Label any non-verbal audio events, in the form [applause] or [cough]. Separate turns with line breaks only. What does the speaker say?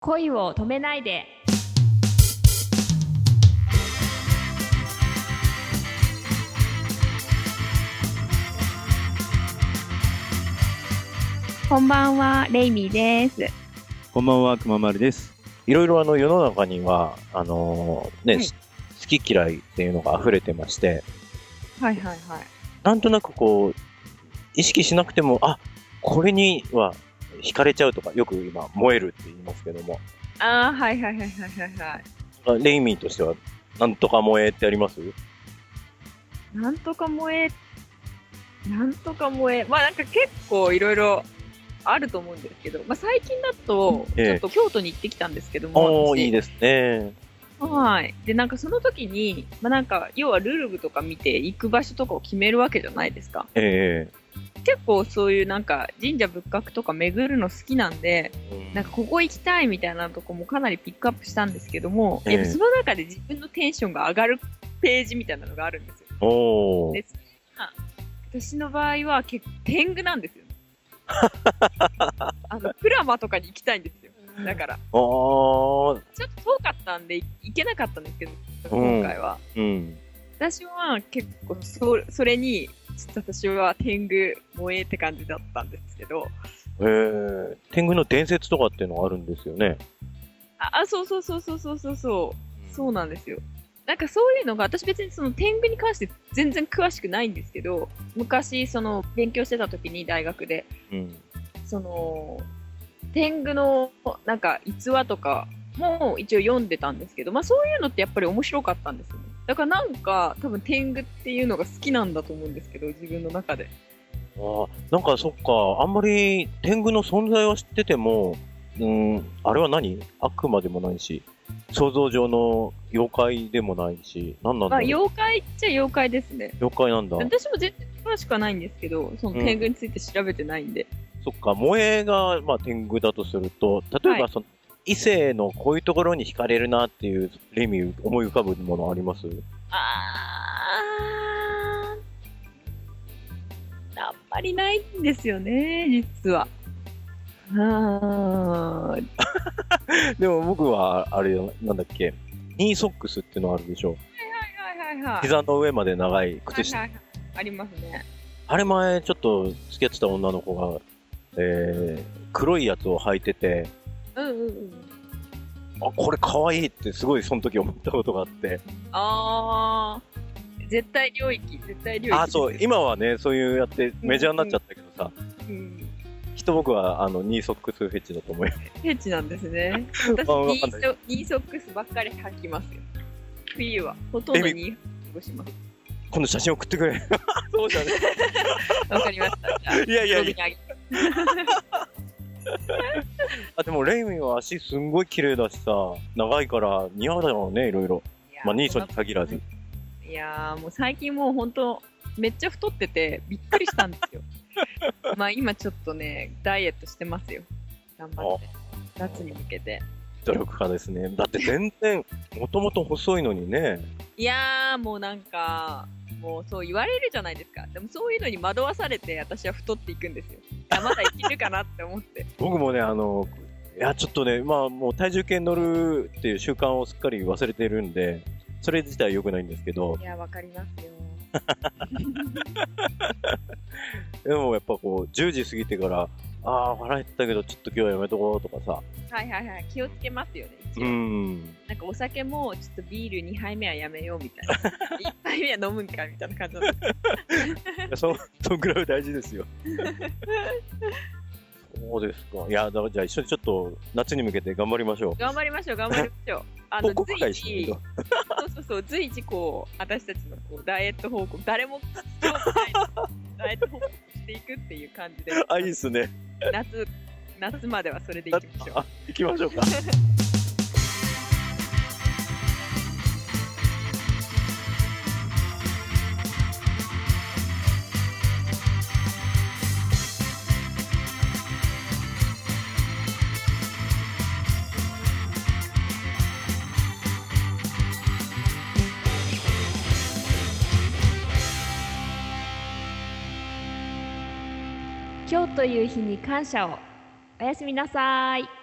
恋を止めないで。こんばんは、レイミーです。
こんばんは、くままるです。
いろいろあの世の中には、あのーね、
はい
す好き嫌いっていうのが溢れてまして、
はいはいはい。
なんとなくこう、意識しなくても、あ、これには惹かれちゃうとか、よく今、燃えるって言いますけども、
ああ、はいはいはいはいはいはい。
あレイミーとしては、なんとか燃えってあります
なんとか萌え、なんとか萌え、まあなんか結構いろいろあると思うんですけど、まあ最近だと、
え
ちょ
え
っと京都に行ってきたんですけども、
おー、
私
いいですね。
はい。で、なんかその時に、まあなんか、要はルール部とか見て行く場所とかを決めるわけじゃないですか。
え
結構そういうなんか神社仏閣とか巡るの好きなんで
え、うん
なんかここ行きたいみたいなとこもかなりピックアップしたんですけども、
ええ
やっぱその中で自分のテンションが上がるページみたいなのがあるんですよ。
おー
で、私の場合は結構天狗な
[laughs]
んですよ。あの、プラマとかに行きたいんですよ。だから、
あー、
ちょっと遠かったんで行けなかったんですけど、今回は。
うん。
私は結構そそれにちょっと私は天狗萌えって感じだったんですけど
へえ、天狗の伝説とかっていうのがあるんですよね。
ああそうそうそうそうそうそうそうそうなんですよなんかそういうのが私別にその天狗に関して全然詳しくないんですけど昔その勉強してた時に大学で
うん。
その天狗のなんか逸話とかも一応読んでたんですけど、まあ、そういうのってやっぱり面白かったんですよねだからなんか多分天狗っていうのが好きなんだと思うんですけど自分の中で
あーなんかそっか、あんまり天狗の存在は知ってても、うん、あれは何悪魔でもないし、想像上の妖怪でもないし、何なん
ま
だ
あ、
ろう、
妖怪っちゃ妖怪ですね。
妖怪なんだ。
私も全然詳しくはないんですけど、その天狗について調べてないんで。
そっか、萌えが、まあ、天狗だとすると、例えば
は
その、異性のこういうところに惹かれるなっていう、レミュー思い浮かぶものあります
あー、あんまりないんですよね、実は。あー
[laughs] でも僕は、あれよ、なんだっけ、ニーソックスっていうのあるでしょ。
はいはいはいはい。
膝の上まで長い靴下
はいはいはいありますね。
あれ前、ちょっと付き合ってた女の子が、えー、黒いやつを履いてて、
うんうんうん。
あ、これ可愛いってすごいその時思ったことがあ [laughs] って。
あー、絶対領域、絶対領域。
あ、そう、今はね、そういうやってメジャーになっちゃったけどさ、
うん。
きっと僕は、あの、ニーソックスフェチだと思います。
フェチなんですね。私、ニ
あ [laughs] わかんない
ーソニーソックスばっかり履きますよ。冬は、ほとんど
エ
ニーソックスします。
[laughs] 今度写真送ってくれ。 [laughs] そうじゃね。
わかりました。じゃあ
[laughs] いやいや
ログ
いや
に。あげ
あ、でもレイミンは足すんごい綺麗だしさ、長いから似合うだろうね、いろいろ。まあ、ニーソに限らず。
いやーもう最近もう本当めっちゃ太っててびっくりしたん
[laughs]
ですよ。まあ今ちょっとねダイエットしてますよ。頑張って夏に向けて。
努力家ですね。だって全然、もともと細いのにね。
いやーもうなんかもうそう言われるじゃないですか。でもそういうのに惑わされて私は太っていくんですよ。あまだいけるかなって思
[laughs]
って。
僕もね、あの、いや、ちょっとね、まあ、もう体重計に乗るっていう習慣をすっかり忘れてるんで、それ自体良くないんですけど
い、やわかりますよ。
でもやっぱこう、10時過ぎてから、ああ、腹減ったけど、ちょっと今日はやめとこうとかさ、
はいはいはい気をつけますよね。一
う
応
ん。
なんかお酒もちょっとビール2杯目はやめようみたいな。1
[laughs]
杯目は飲むんかみたいな感じなんです
いやそ、そんぐらいは大事です
[laughs]
よ。そうですか。いや、だからじゃあ一緒にちょっと、夏に向けて頑張りましょ
頑張りましょう、頑張りましょう。あ
う。
の
報告
随
会してみ
時
る、
そうそうそう、随時こう、私たちのこうダイエット報告、誰も興味ないダイエット報告していくっていう感じで、
と。あ、いいっすね。
[laughs] 夏、夏まではそれでい
だ
きましょう。
あ、行きましょうか。
今日という日に感謝を。おやすみなさい。